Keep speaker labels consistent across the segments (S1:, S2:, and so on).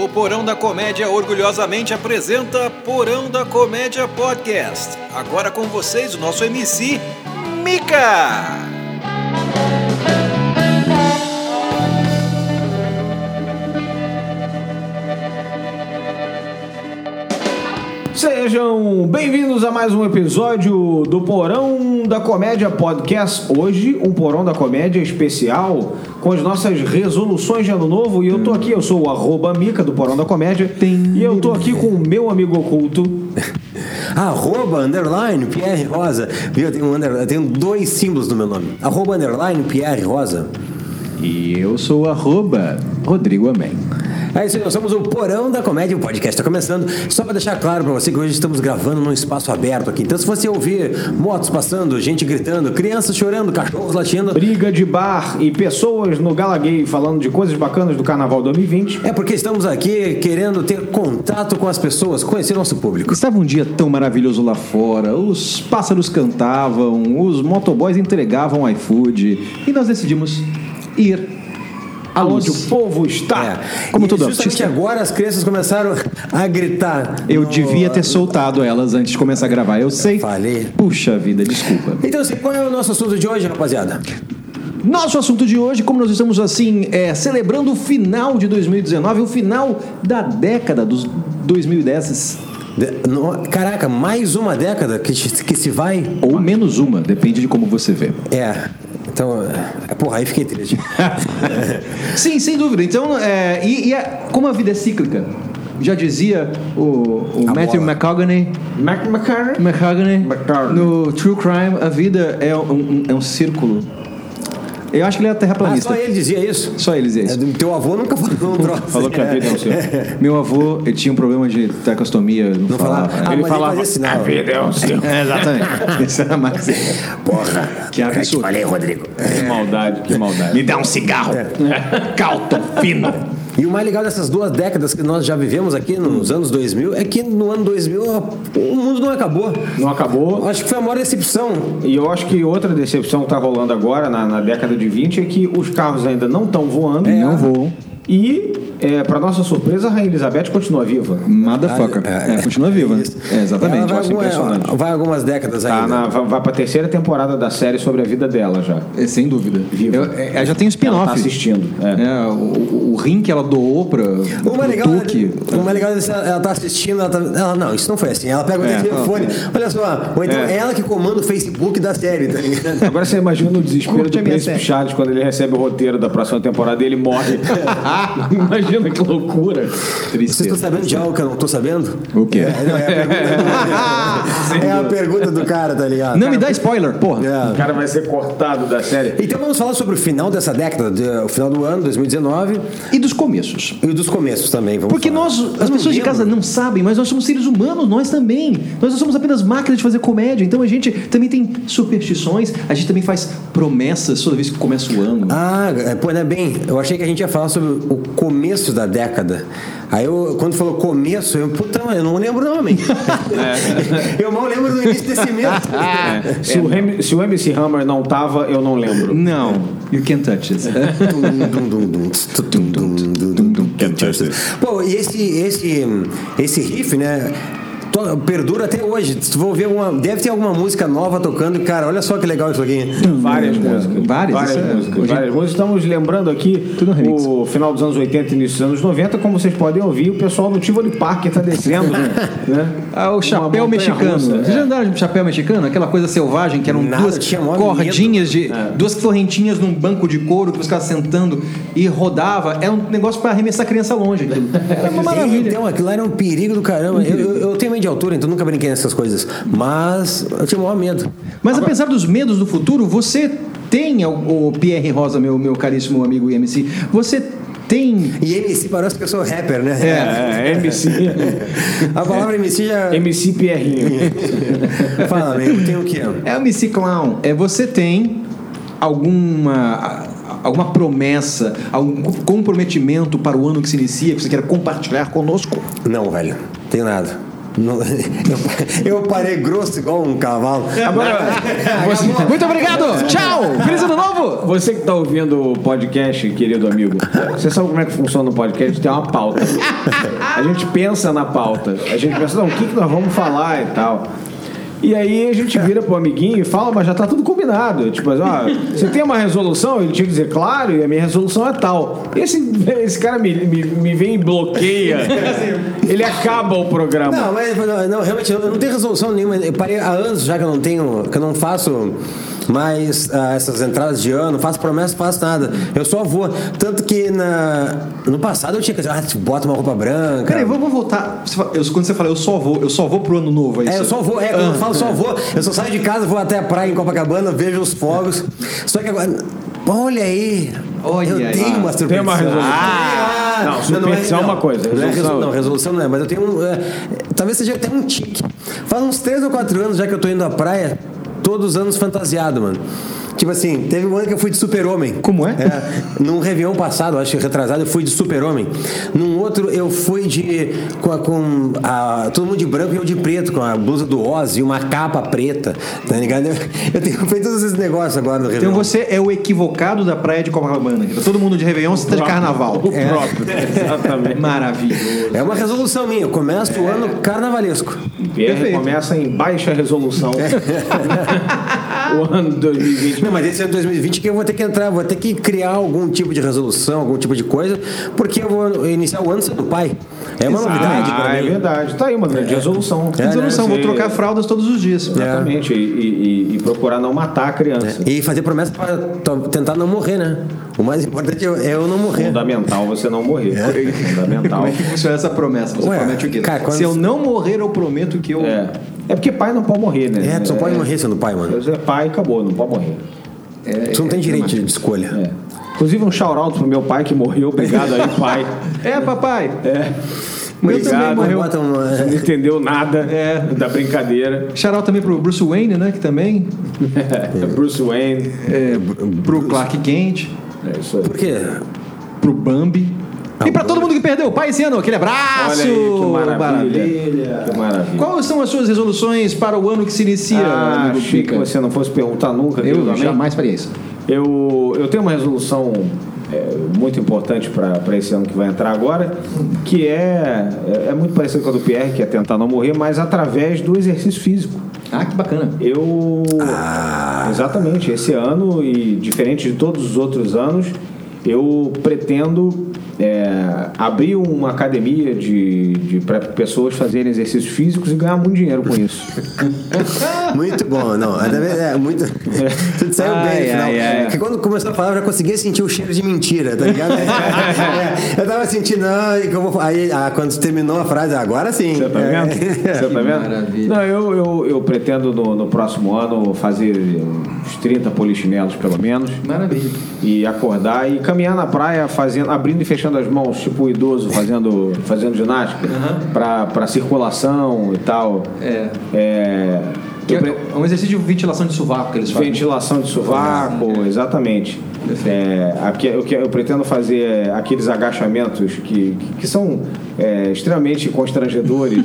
S1: O Porão da Comédia orgulhosamente apresenta Porão da Comédia Podcast. Agora com vocês o nosso MC Mica.
S2: Sejam bem-vindos a mais um episódio do Porão da Comédia Podcast. Hoje, um Porão da Comédia especial com as nossas resoluções de ano novo. E eu tô aqui, eu sou o arroba Mica do Porão da Comédia. E eu tô aqui com o meu amigo oculto.
S3: Arroba, underline, Pierre Rosa. Viu, eu tenho, um under- eu tenho dois símbolos no meu nome. Arroba, underline, Pierre Rosa.
S4: E eu sou o arroba Rodrigo Amém.
S3: É isso aí, nós somos o Porão da Comédia, o podcast está começando. Só para deixar claro para você que hoje estamos gravando num espaço aberto aqui. Então, se você ouvir motos passando, gente gritando, crianças chorando, cachorros latindo,
S2: Briga de bar e pessoas no Gala Gay falando de coisas bacanas do Carnaval 2020.
S3: é porque estamos aqui querendo ter contato com as pessoas, conhecer nosso público.
S4: Estava um dia tão maravilhoso lá fora, os pássaros cantavam, os motoboys entregavam iFood e nós decidimos ir à
S2: Aonde
S4: luz.
S2: o povo está.
S3: É.
S4: Tá, Como
S3: e
S4: todo
S3: justamente
S4: artista.
S3: agora as crianças começaram a gritar.
S4: Eu
S3: No-
S4: devia ter soltado elas antes de começar a gravar, eu sei.
S3: falei.
S4: Puxa vida, desculpa.
S3: Então, assim, qual é o nosso assunto de hoje, rapaziada?
S4: Nosso assunto de hoje, como nós estamos assim, é, celebrando o final de 2019, o final da década dos 2010
S3: De- no- Caraca, mais uma década que, te- que se vai.
S4: ou menos uma, depende de como você vê.
S3: É. Então, é, porra, aí fiquei triste.
S4: Sim, sem dúvida. Então, é, e, e é- como a vida é cíclica, já dizia o, o
S3: A
S4: Matthew
S3: bola.
S4: McCogney,
S2: Mac McCartney.
S4: McCogney
S2: McCogney.
S4: no True Crime, a vida é um, um- é um círculo. Eu acho que ele é
S3: Ah,
S4: terraplanista.
S3: só ele dizia isso?
S4: Só ele dizia
S3: É,
S4: isso.
S3: do- Teu avô nunca falou um troço.
S4: Falou que a vida é um círculo. Meu avô, ele tinha um problema de tracostomia, ele não,
S3: Não falava. Ah,
S4: falava.
S3: mas ele fazia sinal.
S4: É, exatamente. Isso era mais.
S3: Porra.
S4: Que absurdo.
S3: Falei, Rodrigo.
S4: Que maldade, que maldade. Me dá um cigarro. É. Calton fino.
S3: E o mais legal dessas duas décadas que nós já vivemos aqui nos anos 2000 é que no ano 2000 o mundo não acabou.
S2: Não acabou.
S3: Eu Acho que foi a maior decepção.
S2: E eu acho que outra decepção que tá rolando agora, na, na década de 20, é que os carros ainda É. não estão voando.
S4: Não voam.
S2: E, é, para nossa surpresa, a Rainha Elizabeth continua viva.
S4: Motherfucker.
S3: Ah, é.
S4: É, continua viva. É,
S3: Ela
S4: exatamente. Eu
S3: Vai,
S4: acho
S3: alguma-
S4: impressionante.
S3: vai algumas décadas
S2: Tá
S3: ainda.
S2: na, vai vai pra terceira temporada da série sobre a vida dela já.
S4: É, sem dúvida.
S2: Viva.
S4: Eu- é, ela já tem um
S2: Ela
S4: spin-off.
S2: tá assistindo. É.
S4: É, o, o- o rim que ela doou pra,
S3: O mais
S4: pro
S3: legal,
S4: Tuque.
S3: o mais legal é que ela, ela tá assistindo, ela, tá, ela não, isso não foi assim. Ela pega o
S4: É,
S3: telefone, olha só, ou então
S2: É.
S3: ela que comanda o Facebook da série, tá ligado?
S2: Agora você imagina o desespero
S4: Curte a
S2: do
S4: minha
S2: Príncipe
S4: série.
S2: Charles quando ele recebe o roteiro da próxima temporada e ele morre. imagina que loucura.
S3: Vocês estão sabendo de algo que eu não tô sabendo?
S4: O quê?
S3: É, não, é, a pergunta, é a pergunta do cara, tá ligado?
S4: Não me dá spoiler, porra.
S3: É.
S2: O cara vai ser cortado da série.
S3: Então vamos falar sobre o final dessa década, de- o final do ano, 2019,
S4: E dos começos.
S3: e dos começos também. Vamos
S4: Porque
S3: É. falar.
S4: nós,
S3: Eu
S4: as
S3: não
S4: pessoas de
S3: lembro.
S4: casa não sabem, mas nós somos seres humanos, nós também. Nós não somos apenas máquinas de fazer comédia. Então a gente também tem superstições, a gente também faz promessas toda vez que começa o ano.
S3: Ah, é, pô, né, bem, eu achei que a gente ia falar sobre o começo da década. Aí eu, quando falou começo, eu, puta, eu não lembro não, homem. Eu mal lembro do início desse mês.
S2: Ah, Se, o Hem- se o MC Hammer não tava, eu não lembro.
S4: Não, you can't touch this.
S3: Pô, e esse, esse, esse riff, né? to- Perdura até hoje. Se tu for ver alguma, deve ter alguma música nova tocando. Cara, olha só que legal isso aqui.
S2: Várias músicas.
S4: Várias? Isso é-
S2: músicas.
S4: hoje-
S2: Várias músicas. Estamos lembrando aqui
S4: Tudo remix.
S2: o final dos anos 80 e início dos anos 90. Como vocês podem ouvir, o pessoal do Tivoli Park está descendo. né?
S4: Ah, o
S2: Uma
S4: chapéu
S2: montanha
S4: mexicano.
S2: russa,
S4: Vocês já andaram de chapéu mexicano? Aquela coisa selvagem que eram
S3: Nada,
S4: duas
S3: tinha maior
S4: cordinhas de. duas correntinhas num banco de couro que você ficava sentando e rodava. Era um negócio pra arremessar a criança longe. aquilo. Era uma maravilha.
S3: Então, aquilo lá era um perigo do caramba. Eu, eu- eu tenho medo de altura, então nunca brinquei nessas coisas. Mas eu tinha o maior medo.
S4: Mas apesar dos medos do futuro, você tem, o Pierre Rosa, meu, meu caríssimo amigo IMC, você tem.
S3: E MC parece que eu sou rapper, né?
S2: É, MC.
S3: A palavra MC já.
S2: MC Pierrinho.
S3: Fala, amigo, tem o quê?
S4: É o MC Clown. É, você tem alguma. Alguma promessa, algum comprometimento para o ano que se inicia que você quer compartilhar conosco?
S3: Não, velho. Tem nada. Não- Eu parei grosso igual um cavalo.
S2: Agora,
S3: assim,
S2: você,
S4: Muito obrigado! Tchau! Feliz ano novo!
S2: você que está ouvindo o podcast, querido amigo, você sabe como é que funciona o podcast? Tem uma pauta. A gente pensa na pauta. A gente pensa, não, o que, que nós vamos falar e tal. E aí a gente vira pro amiguinho e fala, mas já tá tudo combinado. Tipo, ó, você tem uma resolução? Ele tinha que dizer, claro, e a minha resolução é tal. Esse, esse cara me, me, me vem e bloqueia. Ele acaba o programa.
S3: Não, mas não, não, realmente eu não tenho resolução nenhuma. Eu parei há anos já que eu não tenho, que eu não faço mais ah, essas entradas de ano, faço promessa, faço nada. Eu só vou. Tanto que na, no passado eu tinha que dizer, ah, bota uma roupa branca.
S4: Peraí, vamos voltar. Você fala- eu- quando você fala eu só vou, eu só vou pro ano novo, é isso?
S3: É, eu só vou, é, quando eu falo só vou, eu só saio de casa, vou até a praia em Copacabana, vejo os fogos. Só que agora. Olha aí!
S4: Olha
S3: eu
S4: aí.
S3: tenho uma superstição.
S2: Tem uma resolução.
S3: Ah,
S2: Não, superstição é uma coisa,
S3: Não, é
S2: resolução-
S3: resolu- não, resolução não é, mas eu tenho um. é, talvez seja até um tique. Faz uns 3 ou 4 anos já que eu tô indo à praia, todos os anos fantasiado, mano. Tipo assim, teve um ano que eu fui de super-homem.
S4: Como é?
S3: É, num Réveillon passado, acho que retrasado, eu fui de super-homem. Num outro, eu fui de. com, a, com a- todo mundo de branco e eu de preto, com a blusa do Oz e uma capa preta, tá ligado? Eu, eu tenho feito todos esses negócios agora no
S4: Então
S3: Réveillon.
S4: você é o equivocado da praia de Copacabana. Tá todo mundo de Réveillon, você tá de carnaval.
S2: O próprio. Exatamente.
S4: Maravilhoso.
S3: É uma resolução minha, eu começo o ano carnavalesco.
S2: Pierre
S4: Perfeito.
S2: começa em baixa resolução. o ano 2020.
S3: Não, mas esse ano de 2020 que eu vou ter que entrar, vou ter que criar algum tipo de resolução, algum tipo de coisa, porque eu vou iniciar o ano sendo pai. É uma novidade
S2: ah,
S3: pra
S2: é
S3: mim.
S2: verdade. Tá aí uma grande resolução.
S3: É,
S4: Então não são, vou
S2: Você-
S4: trocar fraldas todos os dias.
S2: Exatamente. E, e- e procurar não matar a criança.
S3: E fazer promessa para to- tentar não morrer, né? O mais importante é eu- é eu não morrer.
S2: Fundamental você não morrer. Fundamental.
S4: Como é que funciona essa promessa? Você
S3: Ué,
S4: promete o quê?
S3: cara, quando-
S4: Se eu não morrer, eu prometo que eu.
S2: É. é porque pai não pode morrer, né?
S3: É, tu só pode morrer sendo pai, mano.
S2: Você é pai e acabou, não pode morrer.
S3: Tu não tem direito de escolha.
S2: É. Inclusive um shout-out pro meu pai que morreu. Obrigado aí, pai.
S4: É, papai!
S2: É.
S3: Mas
S2: Obrigado.
S3: também É. bota uma-
S2: Não entendeu nada da brincadeira. É
S4: Charal também pro Bruce Wayne, né? Que também.
S3: É.
S2: Bruce Wayne.
S4: Pro Clark Kent,
S2: É isso aí.
S3: Por quê?
S4: pro Bambi. e pra todo mundo que perdeu o pai esse ano, aquele abraço!
S2: Olha aí, que maravilha.
S4: Maravilha.
S2: Que maravilha.
S4: Quais são as suas resoluções para o ano que se inicia,
S2: Ah,
S4: amigo
S2: achei que
S4: Pica?
S2: você não fosse perguntar nunca. querido
S4: Eu
S2: amigo.
S4: jamais faria isso.
S2: Eu, eu tenho uma resolução é, muito importante para esse ano que vai entrar agora, que é, é, é muito parecido com a do Pierre, que é tentar não morrer, mas através do exercício físico.
S4: Ah, que bacana.
S2: Eu. Exatamente, esse ano, e diferente de todos os outros anos, eu pretendo é, abrir uma academia de, de, para pessoas fazerem exercícios físicos e ganhar muito dinheiro com isso.
S3: Muito bom, não. É, é, é muito. Tudo saiu bem
S2: Ai,
S3: no final.
S2: ai, ai.
S3: Porque quando começou a falar, eu já conseguia sentir o cheiro de mentira, tá ligado? É, eu tava sentindo, não, e que eu vou. Aí, ah, quando terminou a frase, agora sim. É.
S2: Você tá vendo? Você tá vendo?
S4: maravilha.
S2: Não, eu, eu, eu pretendo no, no próximo ano fazer uns 30 polichinelos, pelo menos.
S4: Maravilha.
S2: E acordar e caminhar na praia, fazendo, abrindo e fechando as mãos, tipo o idoso fazendo, fazendo ginástica, pra para circulação e tal.
S4: É.
S2: É,
S4: Que
S2: eu pre-
S4: é um exercício de ventilação de sovaco que eles fazem.
S2: Ventilação de sovaco, exatamente. É, aqui, eu, que- eu pretendo fazer é aqueles agachamentos que, que, que são é, extremamente constrangedores,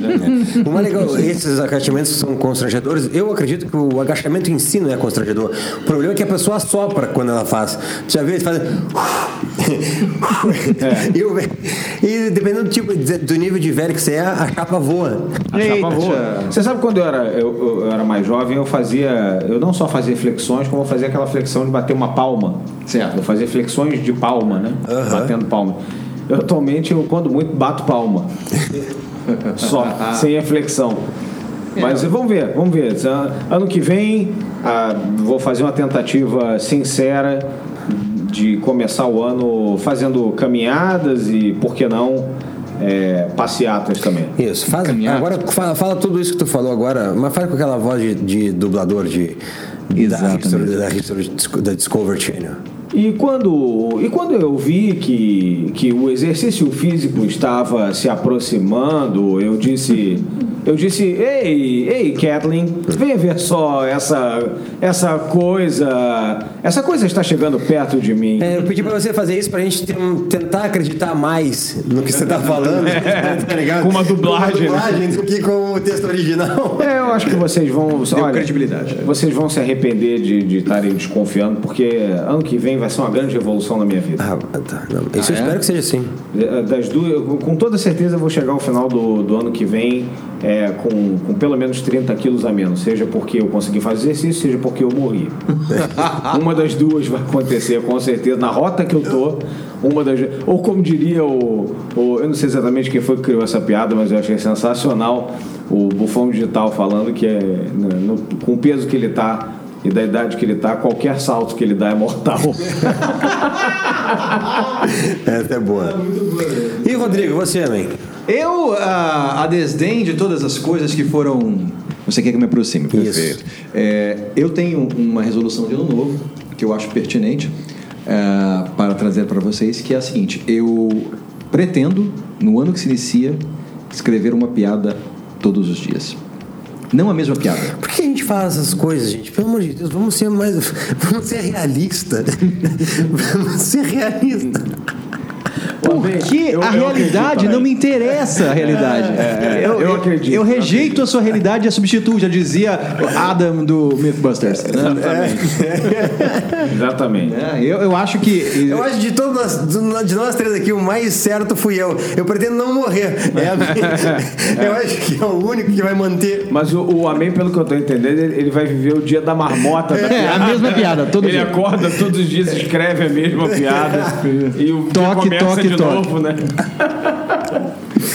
S2: né?
S3: Uma legal, esses agachamentos são constrangedores. Eu acredito que o agachamento em si não é constrangedor. O problema é que a pessoa sopra quando ela faz. Já vê, faz.
S2: É.
S3: e, o- e dependendo do tipo do nível de velho que você é, a chapa voa.
S2: A chapa
S4: Eita,
S2: voa.
S4: tia.
S2: Você sabe quando eu era, eu, eu era mais jovem, eu fazia. Eu não só fazia flexões, como eu fazia aquela flexão de bater uma palma.
S4: Certo.
S2: Eu fazia flexões de palma, né? Batendo palma. Eu, atualmente eu, quando muito, bato palma. só, sem a flexão. Mas vamos ver, vamos ver. An- Ano que vem ah, vou fazer uma tentativa sincera de começar o ano fazendo caminhadas e, por que não, é, passeatas também.
S3: Isso, faz,
S4: Caminhar.
S3: agora fala, fala tudo isso que tu falou agora, mas fala com aquela voz de, de dublador de, da, History, da, History, da Discovery Channel.
S2: E quando, e quando eu vi que, que o exercício físico estava se aproximando, eu disse: Eu disse, ei, ei, Kathleen, vem ver só essa, essa coisa. Essa coisa está chegando perto de mim.
S3: É, eu pedi pra você fazer isso pra gente ter um- tentar acreditar mais no que você tá falando. tá ligado?
S2: É. Com uma dublagem,
S3: Com uma dublagem né? do que com o texto original.
S2: É, eu acho que vocês vão. olha,
S4: credibilidade.
S2: Vocês vão se arrepender de de estarem desconfiando, porque ano que vem vai ser uma grande revolução na minha vida.
S3: Ah, tá. Não, isso eu espero que seja assim.
S2: Eh, Das duas, eu- com toda certeza eu vou chegar ao final do, do ano que vem eh, com, com pelo menos 30 quilos a menos, seja porque eu consegui fazer exercício, seja porque eu morri. uma das duas vai acontecer, com certeza, na rota que eu tô. Uma das, ou como diria o, o- Eu não sei exatamente quem foi que criou essa piada, mas eu achei sensacional o Bufão Digital falando que é, né, no- com o peso que ele tá e da idade que ele tá, qualquer salto que ele dá é mortal.
S3: Essa é boa. E Rodrigo, você, man?
S4: Eu, ah, a desdém de todas as coisas que foram. Você quer que eu me aproxime? Perfeito. É, eu tenho uma resolução de ano novo que eu acho pertinente ah, para trazer para vocês, que é a seguinte: eu pretendo, no ano que se inicia, escrever uma piada todos os dias. Não a mesma piada.
S3: Por que a gente faz essas coisas, gente? Pelo amor de Deus, vamos ser mais. Vamos ser realista. vamos ser realista.
S4: Porque
S2: Eu-
S4: a
S2: eu
S4: realidade
S2: acredito, né? É,
S4: não me interessa, a realidade. eu,
S2: eu acredito,
S4: Eu
S2: eu
S4: rejeito a sua realidade e a substituo, já dizia o Adam do Mythbusters.
S2: Exatamente.
S4: É, eu, eu acho que.
S3: Eu acho que de todos nós, de nós três aqui, o mais certo fui eu. Eu pretendo não morrer. É a minha- Eu acho que é o único que vai manter.
S2: Mas o, o Amém, pelo que eu tô entendendo, ele, ele vai viver o dia da marmota. da
S4: É, a
S2: piada.
S4: mesma piada, todo
S2: ele
S4: dia.
S2: acorda todos os dias, escreve a mesma piada. e o dia
S4: Toque,
S2: começa
S4: toque,
S2: de
S4: toque.
S2: novo, né?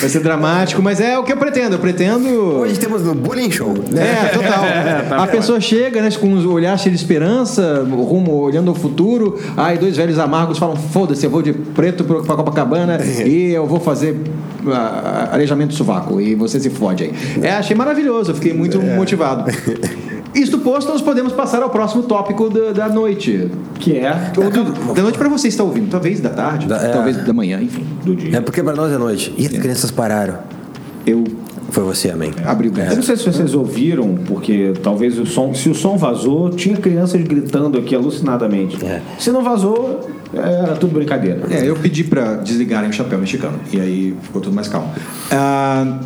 S4: Vai ser dramático, mas é o que eu pretendo. Eu pretendo.
S3: Hoje temos no Bullying Show. Né?
S4: É, total. a pessoa chega, né, com um olhar cheio de esperança, rumo, olhando ao futuro. Aí dois velhos amargos falam: foda-se, eu vou de preto pro- pra Copacabana e eu vou fazer ah, arejamento do sovaco. E você se fode aí. É, achei maravilhoso, eu fiquei muito motivado. Isto posto, nós podemos passar ao próximo tópico da, da noite.
S2: Que é.
S4: Ou do- da noite pra você está ouvindo, talvez da tarde,
S3: Da- é.
S4: talvez da manhã, enfim.
S2: Do dia.
S3: É. porque pra nós é noite. E as crianças pararam.
S4: Eu
S3: Foi você, amém.
S4: Abri o
S2: Eu não sei se vocês ouviram, porque talvez o som. Se o som vazou, tinha crianças gritando aqui alucinadamente.
S3: É.
S2: Se não vazou, era tudo brincadeira.
S4: É, eu pedi pra desligarem o chapéu mexicano. E aí ficou tudo mais calmo. Ah,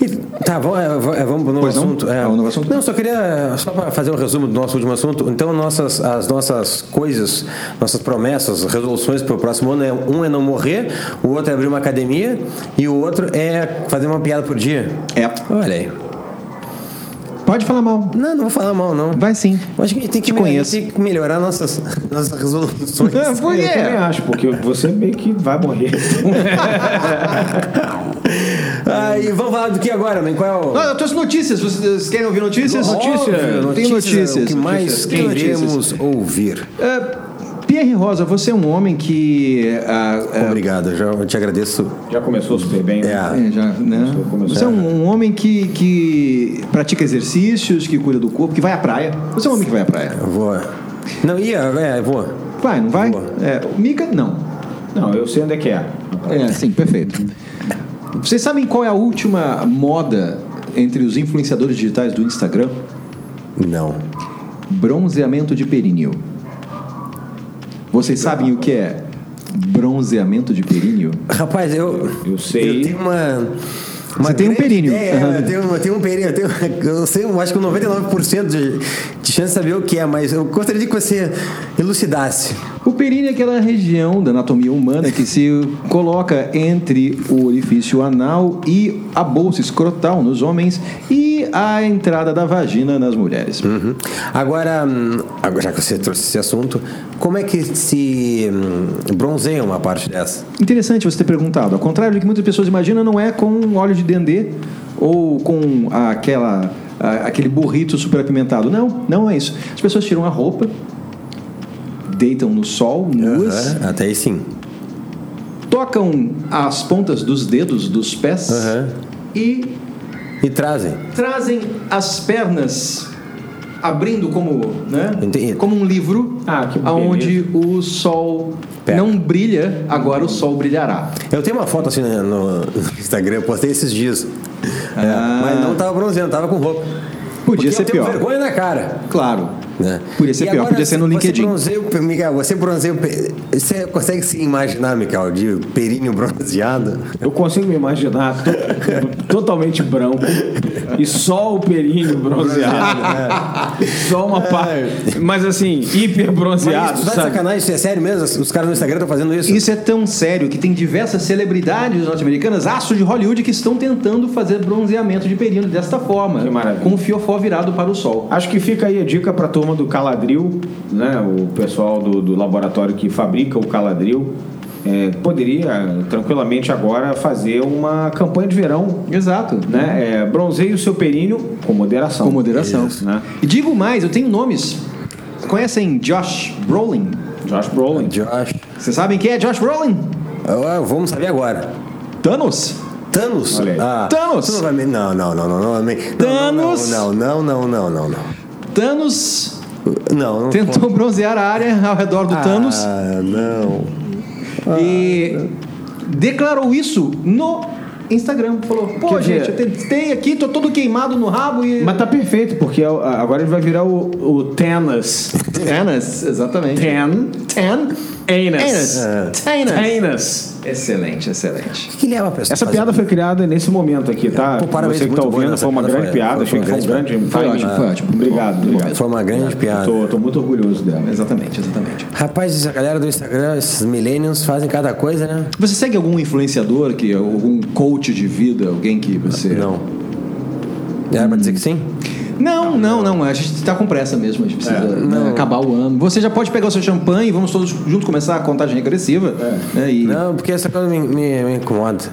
S3: E- tá, vamos, é, v- é, vamos pro novo
S4: Pois não?
S3: assunto.
S4: É, o novo assunto?
S3: Não, só queria, só para fazer um resumo do nosso último assunto. Então, nossas, as nossas coisas, nossas promessas, resoluções para o próximo ano é um é não morrer, o outro é abrir uma academia e o outro é fazer uma piada por dia.
S4: é.
S3: Olha aí.
S4: Pode falar mal.
S3: Não, não vou falar mal, não.
S4: Vai sim.
S3: Eu acho que a gente tem
S4: Te
S3: que, me-
S4: conheço.
S3: tem que melhorar nossas, nossas resoluções.
S4: Por
S2: Eu
S3: é.
S2: também acho, porque você meio que vai morrer.
S3: Ah, e vamos falar do que agora, man? Qual é o...
S4: Não, eu trouxe notícias. Vocês querem ouvir notícias?
S3: Óbvio,
S4: Tem notícias.
S3: é O que mais
S4: Notícias. Tem notícias.
S3: queremos ouvir.
S4: Ah, Pierre Rosa, você é um homem que... ah,
S3: Obrigado, já eu te agradeço.
S2: Já começou super bem. né?
S3: É.
S4: É, já, né?
S2: Começou, começou.
S4: Você é um, um homem que, que pratica exercícios, que cuida do corpo, que vai à praia. Você é um homem que vai à praia.
S3: Eu Vou. Não, ia, é, vou.
S4: Vai, não vai?
S3: Boa.
S4: É, o Mica, não.
S2: Não, eu sei onde é que é.
S4: É, sim, perfeito. Vocês sabem qual é a última moda entre os influenciadores digitais do Instagram?
S3: Não.
S4: Bronzeamento de períneo. Vocês sabem o que é bronzeamento de períneo?
S3: Rapaz, eu.
S2: Eu sei.
S3: Eu tenho uma. uma
S4: Você tem um
S3: grande
S4: períneo.
S3: ideia, eu, tenho, eu tenho um períneo. Eu, tenho, eu, sei, eu acho que 99% de, de chance de saber o que é, mas eu gostaria de que você elucidasse.
S4: O períneo é aquela região da anatomia humana que se coloca entre o orifício anal e a bolsa escrotal nos homens e a entrada da vagina nas mulheres.
S3: Uhum. Agora, hum, agora, já que você trouxe esse assunto, como é que se hum, bronzeia uma parte dessa?
S4: Interessante você ter perguntado. Ao contrário do que muitas pessoas imaginam, não é com óleo de dendê ou com aquela, a- aquele burrito super apimentado. Não, não é isso. As pessoas tiram a roupa, deitam no sol, nuas,
S3: Aham, Até aí sim.
S4: tocam as pontas dos dedos dos pés
S3: Aham.
S4: e
S3: E trazem.
S4: trazem as pernas abrindo como, né,
S3: Entendi.
S4: como um livro
S2: Ah, que
S4: onde o sol
S3: Pega. Uhum.
S4: não brilha, agora o sol brilhará.
S3: Eu tenho uma foto assim né, no no Instagram, eu postei esses dias. É, Mas não tava bronzeando, tava com roupa.
S4: Ah. Podia
S3: Porque
S4: ser
S3: eu tenho
S4: pior.
S3: vergonha na cara.
S4: Claro.
S3: Né?
S4: Podia ser
S3: E
S4: pior,
S3: agora
S4: podia ser no
S3: você
S4: LinkedIn.
S3: bronzeia o- Miguel, você bronzeia. o pe- Você consegue se imaginar, Miguel, de períneo bronzeado?
S2: Eu consigo me imaginar to- totalmente branco e só o períneo bronzeado. Só uma parte. Mas assim, hiper bronzeado,
S3: Mas isso tá de
S2: sabe?
S3: sacanagem, isso é sério mesmo? Os caras no Instagram estão fazendo isso?
S4: Isso é tão sério que tem diversas celebridades norte-americanas, astros de Hollywood, que estão tentando fazer bronzeamento de perino desta forma.
S2: Que maravilha.
S4: Com o fiofó virado para o sol.
S2: Acho que fica aí a dica para a turma do Caladril, né? O pessoal do, do laboratório que fabrica o Caladril é, poderia tranquilamente agora fazer uma campanha de verão,
S4: Exato.
S2: né? É, bronzeie o seu períneo com moderação.
S4: Com moderação.
S2: Isso, né?
S4: E digo mais, eu tenho nomes. Conhecem Josh Brolin?
S2: Josh Brolin.
S3: Josh.
S4: Vocês sabem quem é Josh Brolin?
S3: Ah, vamos saber agora.
S4: Thanos.
S3: Thanos?
S2: Olha aí.
S3: Ah,
S4: Thanos!
S3: tu Não, vai me- não, não, não, não, não, não.
S4: Thanos!
S3: Não, não, não, não, não, não.
S4: Thanos
S3: Não, não.
S4: tentou bronzear a área ao redor do
S3: Ah,
S4: Thanos
S3: não.
S4: e declarou isso no Instagram. Falou, pô,
S2: Quer
S4: gente,
S2: dizer-
S4: eu tentei aqui, tô todo queimado no rabo e...
S2: Mas tá perfeito, porque a- a- agora ele vai virar o, o Thanos.
S4: Thanos, exatamente.
S2: Tan.
S4: Tan.
S2: Anus.
S4: Thanos.
S2: Thanos.
S4: Excelente, excelente.
S3: O que um leva a pessoa?
S2: Essa
S3: a fazer
S2: piada foi criada nesse momento aqui, tá?
S3: Pô, parabéns,
S2: Você que tá
S3: muito boa
S2: ouvindo,
S3: essa
S2: foi uma
S3: piada,
S2: grande
S3: foi-
S2: piada,
S3: foi-
S2: achei que foi um
S3: foi
S2: grande.
S4: Foi ótimo, foi ótimo.
S2: Obrigado, obrigado.
S3: Foi uma grande piada.
S2: Tô, tô muito orgulhoso dela.
S4: Exatamente, exatamente.
S3: Rapaz, essa galera do Instagram, esses millennials fazem cada coisa, né?
S4: Você segue algum influenciador, que, algum coach de vida, alguém que você...
S3: Não. Era pra dizer que sim?
S4: Não, não, não. A gente tá com pressa mesmo. A gente precisa né, acabar o ano. Você já pode pegar o seu champanhe e vamos todos juntos começar a contagem regressiva. né, e-
S3: Não, porque essa coisa me, me- me incomoda.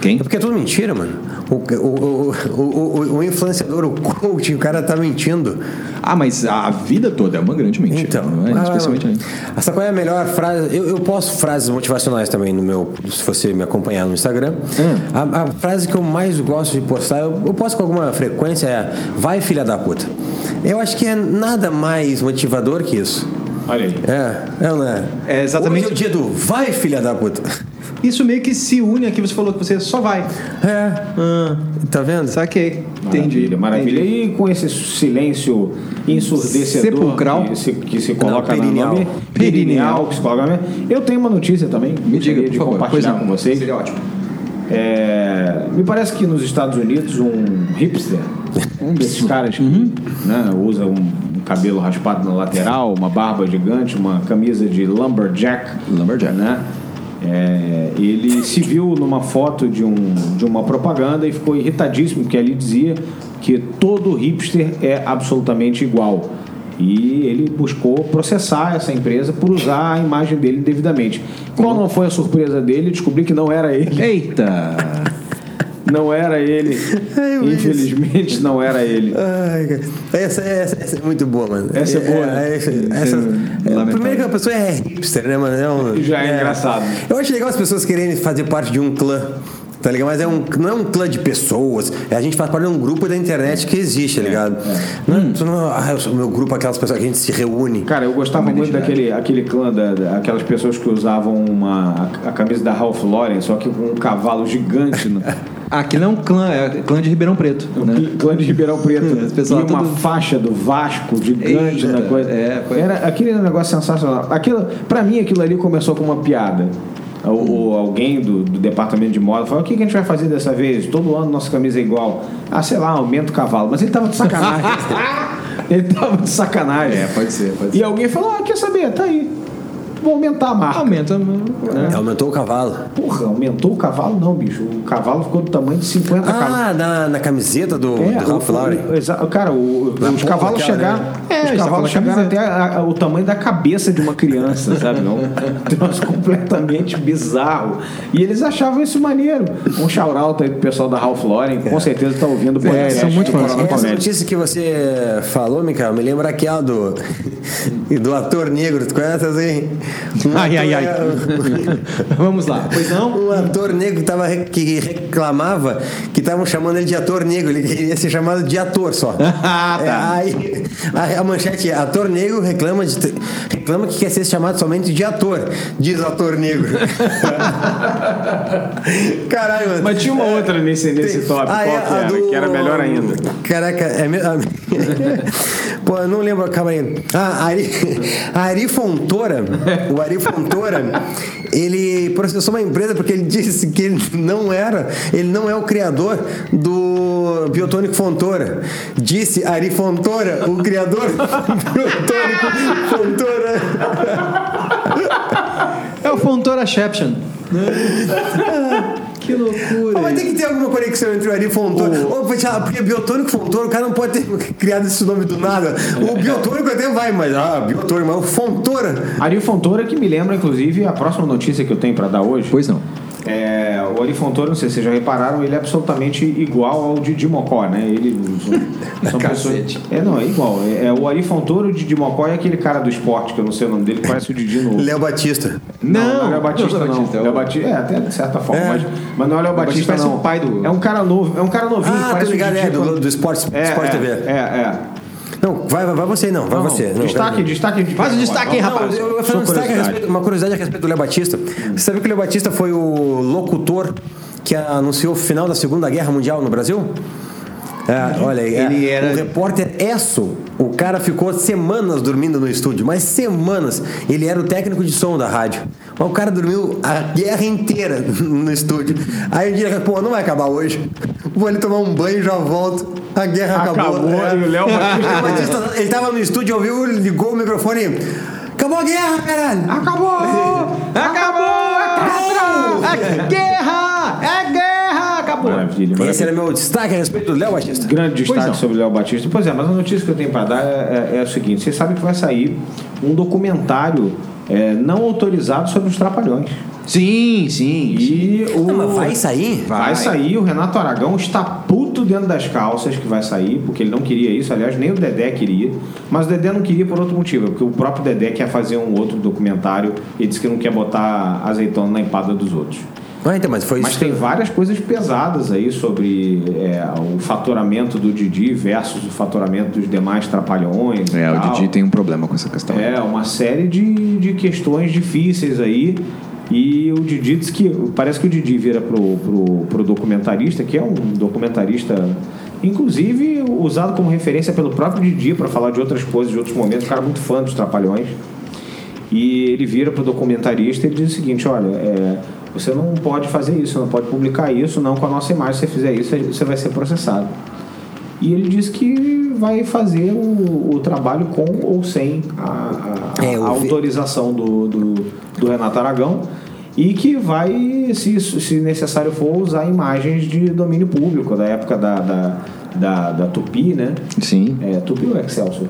S4: Quem?
S3: É porque é tudo mentira, mano. O, o, o, o, o- o influenciador, o coach, o cara tá mentindo.
S4: Ah, mas a vida toda é uma grande mentira.
S3: Então,
S4: não é?
S3: ah,
S4: especialmente. né?
S3: essa qual é a melhor frase? Eu, eu posto frases motivacionais também no meu, se você me acompanhar no Instagram.
S4: Hum.
S3: A, a frase que eu mais gosto de postar, eu, eu posto com alguma frequência é: vai filha da puta. Eu acho que é nada mais motivador que isso.
S2: Olha aí.
S3: É, é, né?
S4: É exatamente-
S3: Hoje é o dia do vai filha da puta.
S4: Isso meio que se une aqui. Você falou que você só vai.
S3: É,
S4: Ah.
S3: tá vendo?
S4: Saquei. Entendi.
S2: Maravilha, maravilha.
S4: Entendi.
S2: E com esse silêncio ensurdecedor
S4: Sepulcral.
S2: que se, que se coloca
S3: Não,
S2: na
S3: perineal.
S2: nome, perineal, que se coloca na nome. Eu tenho uma notícia também,
S4: Me diga,
S2: gostaria
S4: por
S2: de
S4: favor. Pois é.
S2: compartilhar
S4: não,
S2: com vocês.
S4: Seria ótimo.
S2: É, me parece que nos Estados Unidos um hipster, um desses caras que né, usa um, um cabelo raspado na lateral, uma barba gigante, uma camisa de lumberjack,
S4: Lumberjack.
S2: né? É, ele se viu numa foto de, um, de uma propaganda e ficou irritadíssimo porque ali dizia que todo hipster é absolutamente igual. E ele buscou processar essa empresa por usar a imagem dele indevidamente. Qual não foi a surpresa dele? Descobri que não era ele.
S4: Eita!
S2: Não era ele. Infelizmente não era ele.
S3: Ai, cara. Essa, essa, essa é muito boa, mano.
S2: Essa é boa, né?
S3: essa, essa-
S4: Lamentável.
S3: primeiro que a pessoa é hipster, né, mano? É um-
S2: Já é engraçado.
S3: Eu acho legal as pessoas quererem fazer parte de um clã. Tá ligado? Mas é um, não é um clã de pessoas. É a gente faz parte de um grupo da internet que existe, tá ligado? Não,
S2: Hum.
S3: é- tu não, ah, eu sou meu grupo, aquelas pessoas que a gente se reúne.
S2: Cara, eu gostava muito daquele aquele clã, da, da- aquelas pessoas que usavam uma, a, a camisa da Ralph Lauren, só que com um cavalo gigante. No,
S4: Ah, Aqui não é um clã, é clã de Ribeirão Preto. Né?
S2: cl- Clã de Ribeirão Preto.
S4: Esse pessoal
S2: e uma
S4: tudo-
S2: faixa do Vasco
S4: Eita,
S2: gigante na coisa.
S4: é, foi-
S2: Era aquele negócio sensacional. Aquilo, pra mim, aquilo ali começou com uma piada. Ou, ou alguém do, do departamento de moda falou: o que, que a gente vai fazer dessa vez? Todo ano nossa camisa é igual. Ah, sei lá, aumenta o cavalo. Mas ele tava de sacanagem. ele tava de sacanagem.
S4: É, pode ser, pode
S2: E alguém falou: ah, quer saber? Tá aí. Vou aumentar a marca.
S4: Aumenta. né?
S3: Aumentou o cavalo.
S2: Porra, É. aumentou o cavalo? Não, bicho. O cavalo ficou do tamanho de 50 cavalos.
S3: Ah, na, na camiseta do,
S2: É,
S3: do Ralph
S2: o-
S3: Lauren.
S2: o- exa- cara, o-
S3: Na
S2: os
S3: ponta
S2: cavalos
S3: daquela,
S2: chegaram.
S3: né?
S4: É,
S2: os
S4: isso,
S2: cavalos
S4: aquela
S2: chegaram até
S4: camiseta.
S2: a- a- o tamanho da cabeça de uma criança, sabe? Não? Um troço completamente bizarro. E eles achavam isso maneiro. Um shout-out aí pro pessoal da Ralph Lauren, com certeza
S3: É,
S2: tá ouvindo o podcast.
S4: são muito fãs,
S2: Coronel
S3: Essa
S2: Comédia.
S3: notícia que você falou, Mikael, me lembra aquela do. e do ator negro, tu conhece assim? Um
S5: Ai, ai, ai.
S4: Vamos lá. Pois não?
S3: Um ator negro que, tava, re- que reclamava que estavam chamando ele de ator negro, ele queria ser chamado de ator só.
S4: Ah, tá.
S3: É, aí, a, a manchete é: ator negro reclama, de, te- reclama que quer ser chamado somente de ator, diz ator negro. Caralho, mano.
S2: Mas tinha uma outra nesse, nesse top,
S3: Ah,
S2: qual
S3: é,
S2: que
S3: a
S2: era?
S3: do-
S2: Que era melhor ainda.
S3: Caraca, é mesmo. Pô, eu não lembro, calma aí. Ah, Ari, a Ari Fontoura, o Ari Fontoura, ele processou uma empresa porque ele disse que ele não era, ele não é o criador do Biotônico Fontoura. Disse Ari Fontoura, o criador do Biotônico Fontoura.
S4: É o Fontora Sheption. que loucura.
S3: Pô, mas tem que ter alguma conexão entre o Ari Fontoura. Ô, vou te falar, porque é Biotônico Fontoura, o cara não pode ter criado esse nome do nada. O
S2: É.
S3: Biotônico até vai, mas ah, Biotônico, mas o Fontoura.
S2: Ari Fontoura, que me lembra, inclusive, a próxima notícia que eu tenho pra dar hoje.
S4: Pois não.
S2: É, o Ari Fontoura, não sei se vocês já repararam, ele é absolutamente igual ao Didi Mocó, né? Ele são, são pessoas. É, não, é igual. É, é o Ari Fontoura, o Didi Mocó é aquele cara do esporte, que eu não sei o nome dele, parece o Didi no.
S3: Léo Batista.
S2: Não, não é o Batista,
S4: Léo
S2: não.
S4: Batista, é o-
S2: Léo Batista, é, até de certa forma, mas, mas não é o Léo Batista,
S4: Batista parece
S2: não.
S4: um pai do-
S2: É um cara novo, é um cara novinho,
S3: Ah,
S2: parece
S3: tô
S2: o
S3: ligado,
S2: Didi
S3: é, do,
S2: quando-
S3: do Esporte,
S2: É,
S3: Esporte
S2: é,
S3: TV.
S2: É, é.
S3: Não, vai, vai, vai você não, vai
S2: Não,
S3: você. Não,
S2: destaque, destaque, destaque.
S4: Faz o destaque aí,
S3: Não,
S4: rapaz.
S3: eu vou fazer um
S2: Só
S3: destaque a
S2: curiosidade.
S3: respeito- uma curiosidade a respeito do Léo Batista. Você sabia que o Léo Batista foi o locutor que anunciou o final da Segunda Guerra Mundial no Brasil? É, olha aí. é.
S4: Ele era-
S3: O repórter Esso, o cara ficou semanas dormindo no estúdio, mas semanas. Ele era o técnico de som da rádio. Mas o cara dormiu a guerra inteira no estúdio. Aí o dia, pô, não vai acabar hoje. Vou ali tomar um banho e já volto. A guerra acabou.
S2: Acabou, né?
S3: É.
S2: e o Léo
S3: O Batista, ele tava no estúdio, ouviu, ligou o microfone. Acabou a guerra, caralho!
S4: Acabou! Acabou! É guerra! É guerra! Acabou!
S3: Esse
S2: Maravilha,
S3: é
S2: maravilha.
S3: era meu destaque a respeito do Léo Batista.
S2: Grande
S4: não.
S2: destaque sobre o Léo Batista. Pois é, mas a notícia que eu tenho para dar é, é- é o seguinte: vocês sabem que vai sair um documentário é, não autorizado sobre os trapalhões.
S4: Sim, sim.
S2: E o.
S3: Não, mas vai sair?
S2: Vai.
S4: Vai.
S2: sair, o Renato Aragão está puto dentro das calças que vai sair, porque ele não queria isso, aliás, nem o Dedé queria. Mas o Dedé não queria por outro motivo, é porque o próprio Dedé quer fazer um outro documentário e disse que não quer botar azeitona na empada dos outros.
S3: Ah, então, mas foi
S2: Mas
S3: isso.
S4: é.
S2: tem várias coisas pesadas aí sobre é, o faturamento do Didi versus o faturamento dos demais trapalhões. e
S4: É, o
S2: tal.
S4: Didi tem um problema com essa questão.
S2: É, uma série de, de questões difíceis aí. E o Didi diz que. Parece que o Didi vira pro, pro, pro documentarista, que é um documentarista. Inclusive usado como referência pelo próprio Didi para falar de outras coisas, de outros momentos. Um cara muito fã dos Trapalhões. E ele vira pro documentarista e ele diz o seguinte: olha, é, você não pode fazer isso, não pode publicar isso, não com a nossa imagem. Se você fizer isso, você vai ser processado. E ele diz que vai fazer o, o trabalho com ou sem a, a-
S3: É, eu
S2: a
S3: vi-
S2: autorização do, do, do Renato Aragão e que vai, se, isso- se necessário for, usar imagens de domínio público da época da, da, da, da Tupi, né?
S4: Sim.
S2: É, Tupi ou Excelsior?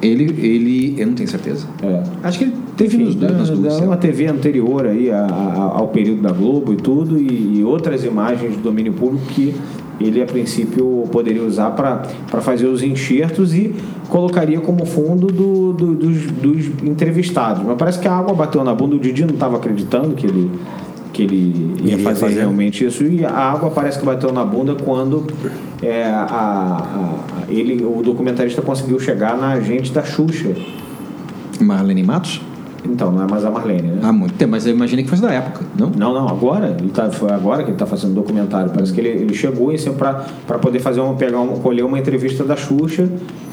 S4: Ele, ele. Eu não tenho certeza.
S2: É.
S4: Acho que ele teve nos dois, nas duas.
S2: É
S4: sei lá.
S2: uma TV anterior aí a- a- ao período da Globo e tudo, e, e outras imagens de domínio público que ele, a princípio, poderia usar para fazer os enxertos e colocaria como fundo do- do- dos, dos entrevistados. Mas parece que a água bateu na bunda, o Didi não estava acreditando que ele, que ele ia
S3: Iria
S2: fazer,
S3: fazer.
S2: realmente isso, e a água parece que bateu na bunda quando é, a- a- a- ele, o documentarista conseguiu chegar na agente da Xuxa.
S4: Marlene Matos?
S2: Então, não é mais a Marlene, né?
S4: Há muito tempo, mas eu imaginei que fosse da época, não?
S2: Não, não, agora. Ele tá, foi agora que ele está fazendo documentário. Parece que ele, ele chegou em para poder fazer uma, pegar uma, colher uma entrevista da Xuxa.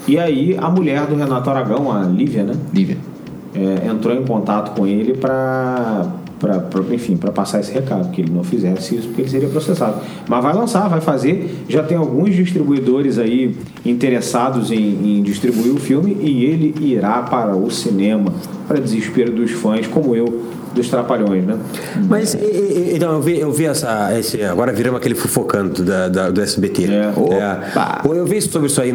S2: E aí a mulher do Renato Aragão, a Lívia, né?
S4: Lívia.
S2: é, entrou em contato com ele para enfim para passar esse recado que ele não fizesse isso porque ele seria processado mas vai lançar vai fazer já tem alguns distribuidores aí interessados em, em distribuir o filme e ele irá para o cinema para desespero dos fãs como eu dos trapalhões né
S3: Mas e- e- e- então, eu vi, eu vi essa. Esse, agora viramos aquele fofocando da, da- do SBT.
S2: É.
S3: É. Pô, Eu vi sobre isso aí.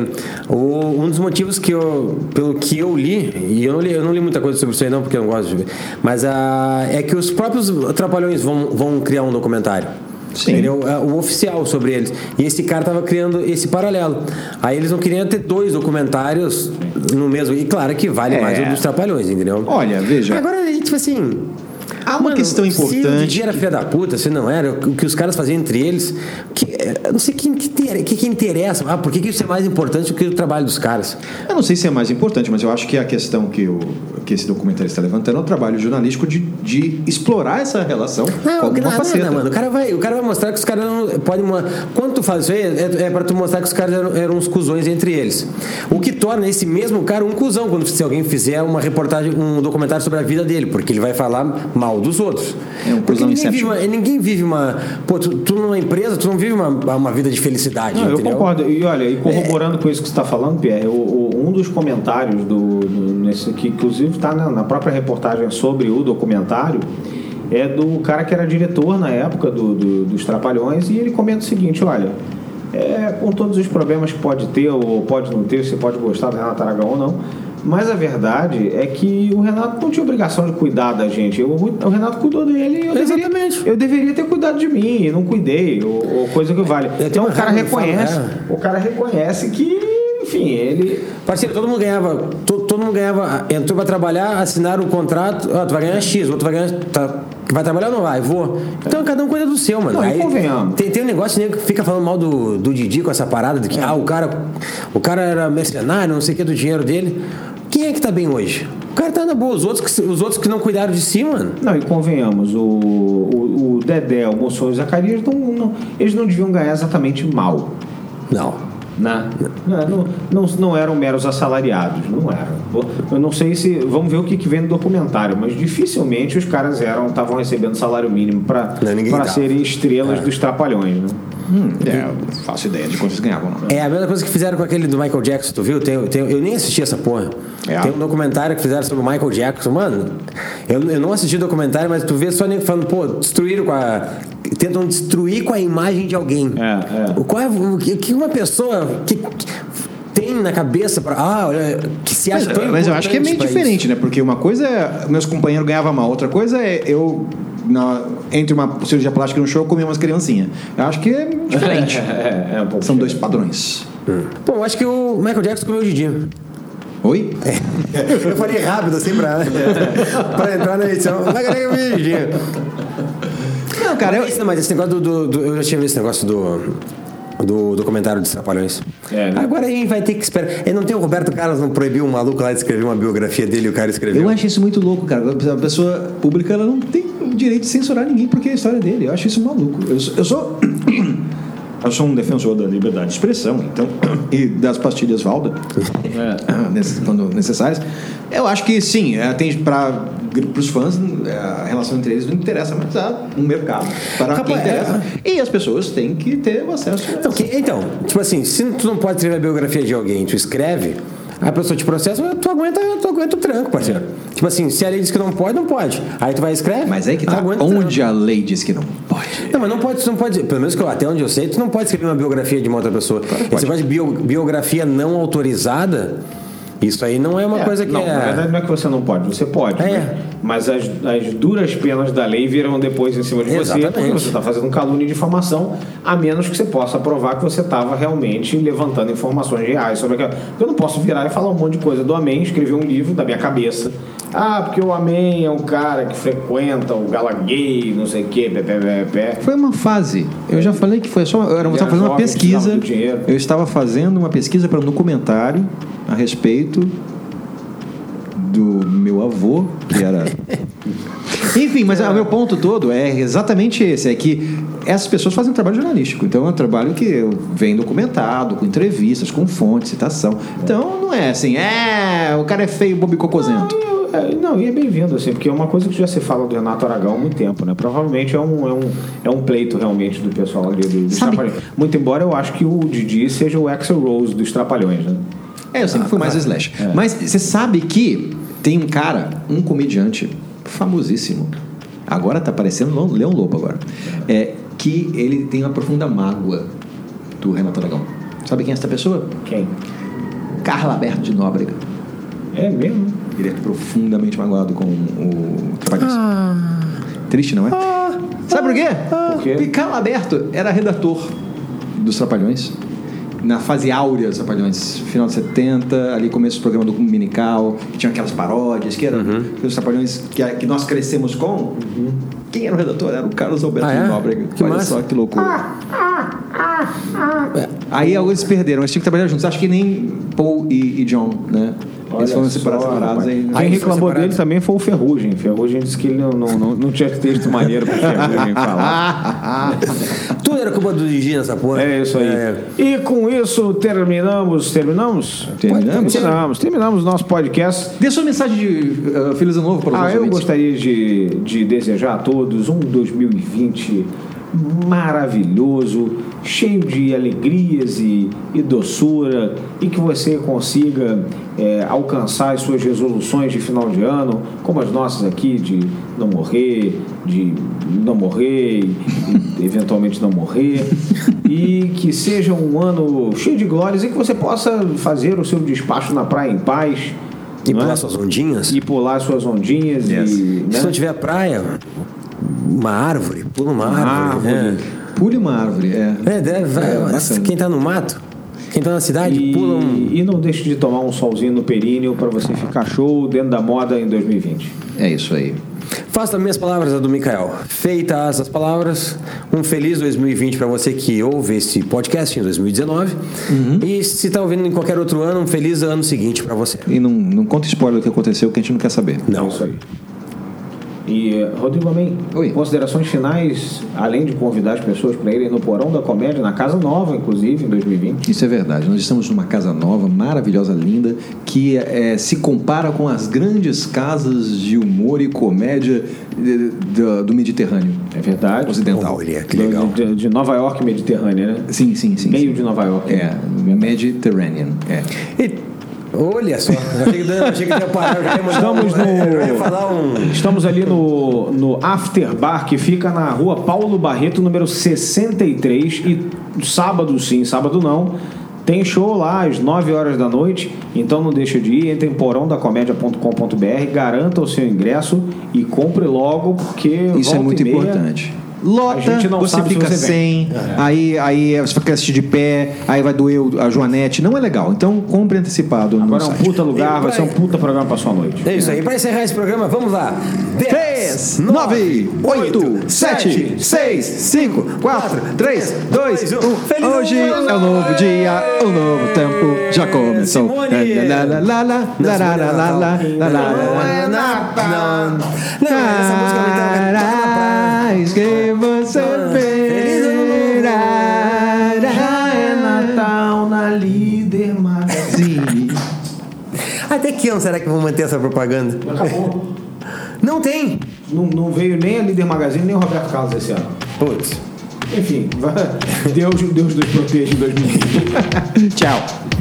S3: O- um dos motivos que eu. Pelo que eu li, e eu não li, eu não li muita coisa sobre isso aí, não, porque eu não gosto de ver. Mas ah, é que os próprios Trapalhões vão, vão criar um documentário.
S4: Sim.
S3: Ele é o, é o oficial sobre eles. E esse cara estava criando esse paralelo. Aí eles não queriam ter dois documentários no mesmo. E claro que vale
S4: É.
S3: mais o dos Trapalhões, entendeu?
S4: Olha, veja.
S3: Agora, aí, tipo assim.
S4: Há uma questão
S3: Se o
S4: importante
S3: DJ era filha da puta, se não era, o que os caras faziam entre eles, que, eu não sei o que, inter- que, que interessa. Ah, por que, que isso é mais importante do que o trabalho dos caras?
S4: Eu não sei se é mais importante, mas eu acho que a questão que, o, que esse documentário está levantando é o trabalho jornalístico de, de explorar essa relação
S3: Não,
S4: como
S3: que
S4: uma
S3: nada,
S4: faceta. né?
S3: mano. O cara, vai, o cara vai mostrar que os caras não. Pode, mo- quando tu faz isso aí, é, é pra tu mostrar que os caras eram, eram uns cuzões entre eles. O que torna esse mesmo cara um cuzão quando se alguém fizer uma reportagem, um documentário sobre a vida dele, porque ele vai falar mal dos outros.
S4: É um
S3: Porque
S4: cuzão
S3: ninguém
S4: Inception.
S3: vive, uma, ninguém vive uma. Pô, tu, tu numa empresa, tu não vive uma, uma vida de felicidade.
S2: Não, eu
S3: entendeu?
S2: concordo. E olha, e corroborando com isso que você está falando, Pierre, o- o- um dos comentários do, do- nesse, que inclusive está na, na própria reportagem sobre o documentário é do cara que era diretor na época do- do- dos Trapalhões e ele comenta o seguinte, olha, é, com todos os problemas que pode ter ou pode não ter, você pode gostar do Renato Aragão ou não, mas a verdade é que o Renato não tinha obrigação de cuidar da gente. Eu- o Renato cuidou dele e eu deveria,
S3: Exatamente.
S2: eu deveria ter cuidado de mim e não cuidei, ou, ou coisa que vale.
S3: É, tem
S2: Então
S3: uma
S2: o cara
S3: regra que fala, "Ah,
S2: reconhece, o cara reconhece que, enfim, ele
S3: Parceiro, todo mundo ganhava. to- Todo, mundo ganhava. Entrou pra trabalhar, assinaram o contrato. Ó, tu vai ganhar X, o outro vai ganhar. tá- vai trabalhar ou não vai? Vou. Então cada um cuida do seu, mano.
S2: Não, e convenhamos.
S3: tem, tem um negócio nego, que fica falando mal do, do Didi com essa parada
S2: É.
S3: de que ah, o cara, o cara era mercenário, não sei o que, do dinheiro dele. Quem é que tá bem hoje? O cara tá na boa, os outros que, os outros que não cuidaram de si, mano.
S2: Não, e convenhamos, o, o, o Dedé, o Moção e o Zacarias, não, não- eles não deviam ganhar exatamente mal.
S3: Não.
S2: Né? Não, não, não, não eram meros assalariados, não eram. Eu não sei se. Vamos ver o que, que vem no documentário, mas dificilmente os caras eram estavam recebendo salário mínimo
S3: Não, ninguém
S2: para
S3: dava. É.
S2: serem estrelas dos trapalhões. Né?
S4: Hum, é, eu faço ideia de quanto eles ganhavam. não.
S3: É a mesma coisa que fizeram com aquele do Michael Jackson, tu viu? Tem, tem- eu nem assisti essa porra.
S4: É.
S3: Tem um documentário que fizeram sobre o Michael Jackson. Mano, eu, eu não assisti o documentário, mas tu vê só nego falando, pô, destruíram com a. Tentam destruir com a imagem de alguém.
S2: É, é.
S3: O Qual é, o que- o que uma pessoa que, que tem na cabeça pra. Ah, olha, que se acha
S4: Mas,
S3: tão
S4: mas eu acho que é meio
S3: importante pra
S4: diferente, né? Porque uma coisa é meus companheiros ganhavam mal, outra coisa é eu na- entre uma cirurgia plástica e um show eu comi umas criancinhas. Eu acho que é diferente.
S2: É, é um pouco
S4: São dois padrões.
S3: isso. Bom, eu acho que o Michael Jackson comeu o Didi.
S4: Oi?
S3: Eu falei rápido assim pra, pra entrar na edição. Mas galera, eu me dirigi. Não, cara, eu, mas esse negócio do, do- do- Eu já tinha visto esse negócio do. Do documentário dos Trapalhões.
S2: É, né?
S3: Agora a gente vai ter que esperar. Eu não tem o Roberto Carlos, não proibiu um maluco lá de escrever uma biografia dele e o cara escreveu.
S4: Eu acho isso muito louco, cara. A pessoa pública ela não tem o direito de censurar ninguém porque é a história dele. Eu acho isso maluco. Eu, sou- eu sou. Eu sou um defensor da liberdade de expressão, então, e das pastilhas Valda,
S3: É.
S4: nesse- quando necessárias. Eu acho que sim, é, tem para os fãs, é, a relação entre eles não interessa, mas há um mercado para quem
S3: Rapaz,
S4: interessa. E as pessoas têm que ter o acesso. a
S3: Tá é. Então,
S4: isso.
S3: que- então, tipo assim, se tu não pode escrever a biografia de alguém, tu escreve, a pessoa te processa, mas tu aguenta, tu aguenta o tranco, parceiro. Tipo assim, se a lei diz que não pode, não pode. Aí tu vai e escreve.
S4: Mas aí que
S3: tu
S4: tá.
S3: aguenta o tranco.
S4: Onde a lei diz que não pode.
S3: Não, mas não pode, tu não pode, pelo menos que eu- até onde eu sei, tu não pode escrever uma biografia de uma outra pessoa. Esse negócio de bio- biografia não autorizada, isso aí não é uma coisa que
S2: não,
S3: é.
S2: na verdade não é que você não pode, você pode.
S3: É.
S2: né? Mas as, as duras penas da lei virão depois em cima de você,
S3: Exatamente.
S2: porque você está fazendo um calúnia e difamação, a menos que você possa provar que você estava realmente levantando informações reais sobre aquela. Porque Eu não posso virar e falar um monte de coisa do Amém, escrever um livro da minha cabeça. Ah, porque o Amém é um cara que frequenta o gala gay, não sei o quê, pé, pé, pé, pé.
S4: Foi uma fase. Eu já falei que foi só. Eu era- eu
S2: Ele
S4: estava
S2: era
S4: fazendo uma
S2: jovem, precisava
S4: pesquisa.
S2: do dinheiro.
S4: Eu estava fazendo uma pesquisa para um documentário a respeito do meu avô, que era. Enfim, mas o meu ponto todo é exatamente esse: é que essas pessoas fazem um trabalho jornalístico. Então é um trabalho que vem documentado, com entrevistas, com fontes, citação. Então não é assim, é, o cara é feio, bobo e cocôzento.
S2: Eu- é, Não, e é bem-vindo, assim, porque é uma coisa que já se fala do Renato Aragão há muito tempo, né? Provavelmente é um, é um, é um pleito realmente do pessoal ali do- dos
S4: Sabe-
S2: Trapalhões. Muito embora eu acho que o Didi seja o Axel Rose dos Trapalhões, né?
S4: É, eu sempre fui mais o Slash. Mas você sabe que tem um cara, um comediante famosíssimo. Agora tá parecendo Lo- Leão Lobo agora. É, que ele tem uma profunda mágoa do Renato Aragão. Sabe quem é essa pessoa?
S2: Quem?
S4: Carla Alberto de Nóbrega.
S2: É mesmo?
S3: Ah.
S4: Ele é profundamente magoado com o Trapalhões. Triste, não é? Sabe por quê?
S2: Por quê?
S4: Porque Carlos Alberto era redator dos Trapalhões. Na fase áurea dos Trapalhões, final de 70, ali começo do programa do Dominical, que tinha aquelas paródias, que eram os Trapalhões que, que nós crescemos com. Quem era o redator? Era o Carlos Alberto
S3: Ah, é?
S4: de Nóbrega.
S3: Que
S4: Olha
S3: massa. Ah.
S4: só que loucura. Aí alguns se perderam, eles tinham que trabalhar juntos. Acho que nem Paul e, e John, né? eles foram separados, separados aí.
S2: um Quem
S3: Aí
S2: reclamou
S3: foi separado.
S2: dele também foi o Ferrugem. Ferrugem disse que ele não, não, não, não tinha texto maneiro pro Ferrugem falar.
S3: Tudo era culpa do Didi nessa porra.
S2: É isso aí.
S3: É.
S2: E com isso terminamos. Terminamos?
S4: Terminamos?
S2: Terminamos. Terminamos o nosso podcast.
S4: Dê sua mensagem de uh, Feliz Ano Novo para os
S2: Ah,
S4: nossos
S2: eu
S4: ouvintes.
S2: gostaria de, de desejar a todos um 2020 maravilhoso, cheio de alegrias e, e doçura, e que você consiga é, alcançar as suas resoluções de final de ano, como as nossas aqui, de não morrer, de não morrer, e- e eventualmente não morrer, e que seja um ano cheio de glórias e que você possa fazer o seu despacho na praia em paz.
S3: E
S2: não é?
S3: pular suas ondinhas.
S2: e pular suas ondinhas
S4: Yes.
S2: e né?
S3: Se não tiver praia, uma árvore, pula uma árvore.
S2: árvore.
S4: Pule uma árvore, é.
S3: É, é, deve, vai-
S4: bacana.
S3: quem tá no mato, quem tá na cidade,
S2: E,
S3: pula um.
S2: e não deixe de tomar um solzinho no períneo para você ficar show dentro da moda em 2020.
S4: É isso aí.
S3: Faço também as palavras a do Mikael. Feitas as palavras, um feliz 2020 para você que ouve esse podcast em 2019.
S4: Uhum.
S3: E se está ouvindo em qualquer outro ano, um feliz ano seguinte para você.
S4: E não, não conta spoiler do que aconteceu, que a gente não quer saber.
S3: Não.
S2: É isso aí. E eh, Rodrigo Amém,
S4: Oi.
S2: considerações finais, além de convidar as pessoas para irem no Porão da Comédia, na Casa Nova, inclusive, em 2020.
S4: Isso é verdade. Nós estamos numa casa nova, maravilhosa, linda, que eh, se compara com as grandes casas de humor e comédia eh, do, do Mediterrâneo
S2: É verdade. é
S4: ocidental.
S3: Olha, que legal.
S2: De, de Nova York Mediterrânea, né?
S4: Sim, sim, sim.
S2: Meio
S4: sim.
S2: de Nova York.
S4: É, Mediterranean. É.
S3: E- olha só, achei que, achei que ia parar. já ia mandar
S2: Estamos
S3: um- Eu ia
S2: no-
S3: falar um.
S2: Estamos ali no, no After Bar, que fica na rua Paulo Barreto, número 63. E sábado sim, sábado não. Tem show lá às 9 horas da noite, então não deixa de ir, entre em porãodacomédia.com.br, garanta o seu ingresso e compre logo, porque
S4: Isso
S2: volta
S4: é muito
S2: e meia-
S4: importante.
S2: A
S4: Lota,
S2: gente não
S4: você
S2: sabe se
S4: fica
S2: você É.
S4: sem, aí, aí você fica assistir de pé, aí vai doer o- a Joanete. Não é legal. Então compre antecipado. no
S2: Agora é um
S4: site.
S2: puta lugar,
S3: E
S2: vai ser um
S3: vai-
S2: puta programa pra sua noite.
S3: É isso aí. Para encerrar esse programa, vamos lá.
S4: 3, 9, 8, 7, 6, 5, 4, 3, 2, 1.
S3: Feliz
S4: Hoje
S3: ano!
S4: é um novo dia, um novo tempo já começou. É,
S3: Simone!
S4: Lá, lá, lá, lá, lá, lá, lá, lá, lá, lá, lá,
S3: então. Não
S4: lá.
S3: é Natal. Não, essa música vai ter uma cantada na praia.
S4: Mas que você
S3: Feliz ano novo!
S4: verá.
S2: Já é Natal na Líder Magazine.
S3: Até que ano será que vão manter essa propaganda?
S2: Acabou.
S3: Não tem!
S2: Não, não veio nem a Líder Magazine, nem o Roberto Carlos esse ano.
S3: Putz.
S2: Enfim, vai- Deus, Deus nos proteja em 2020.
S4: Tchau.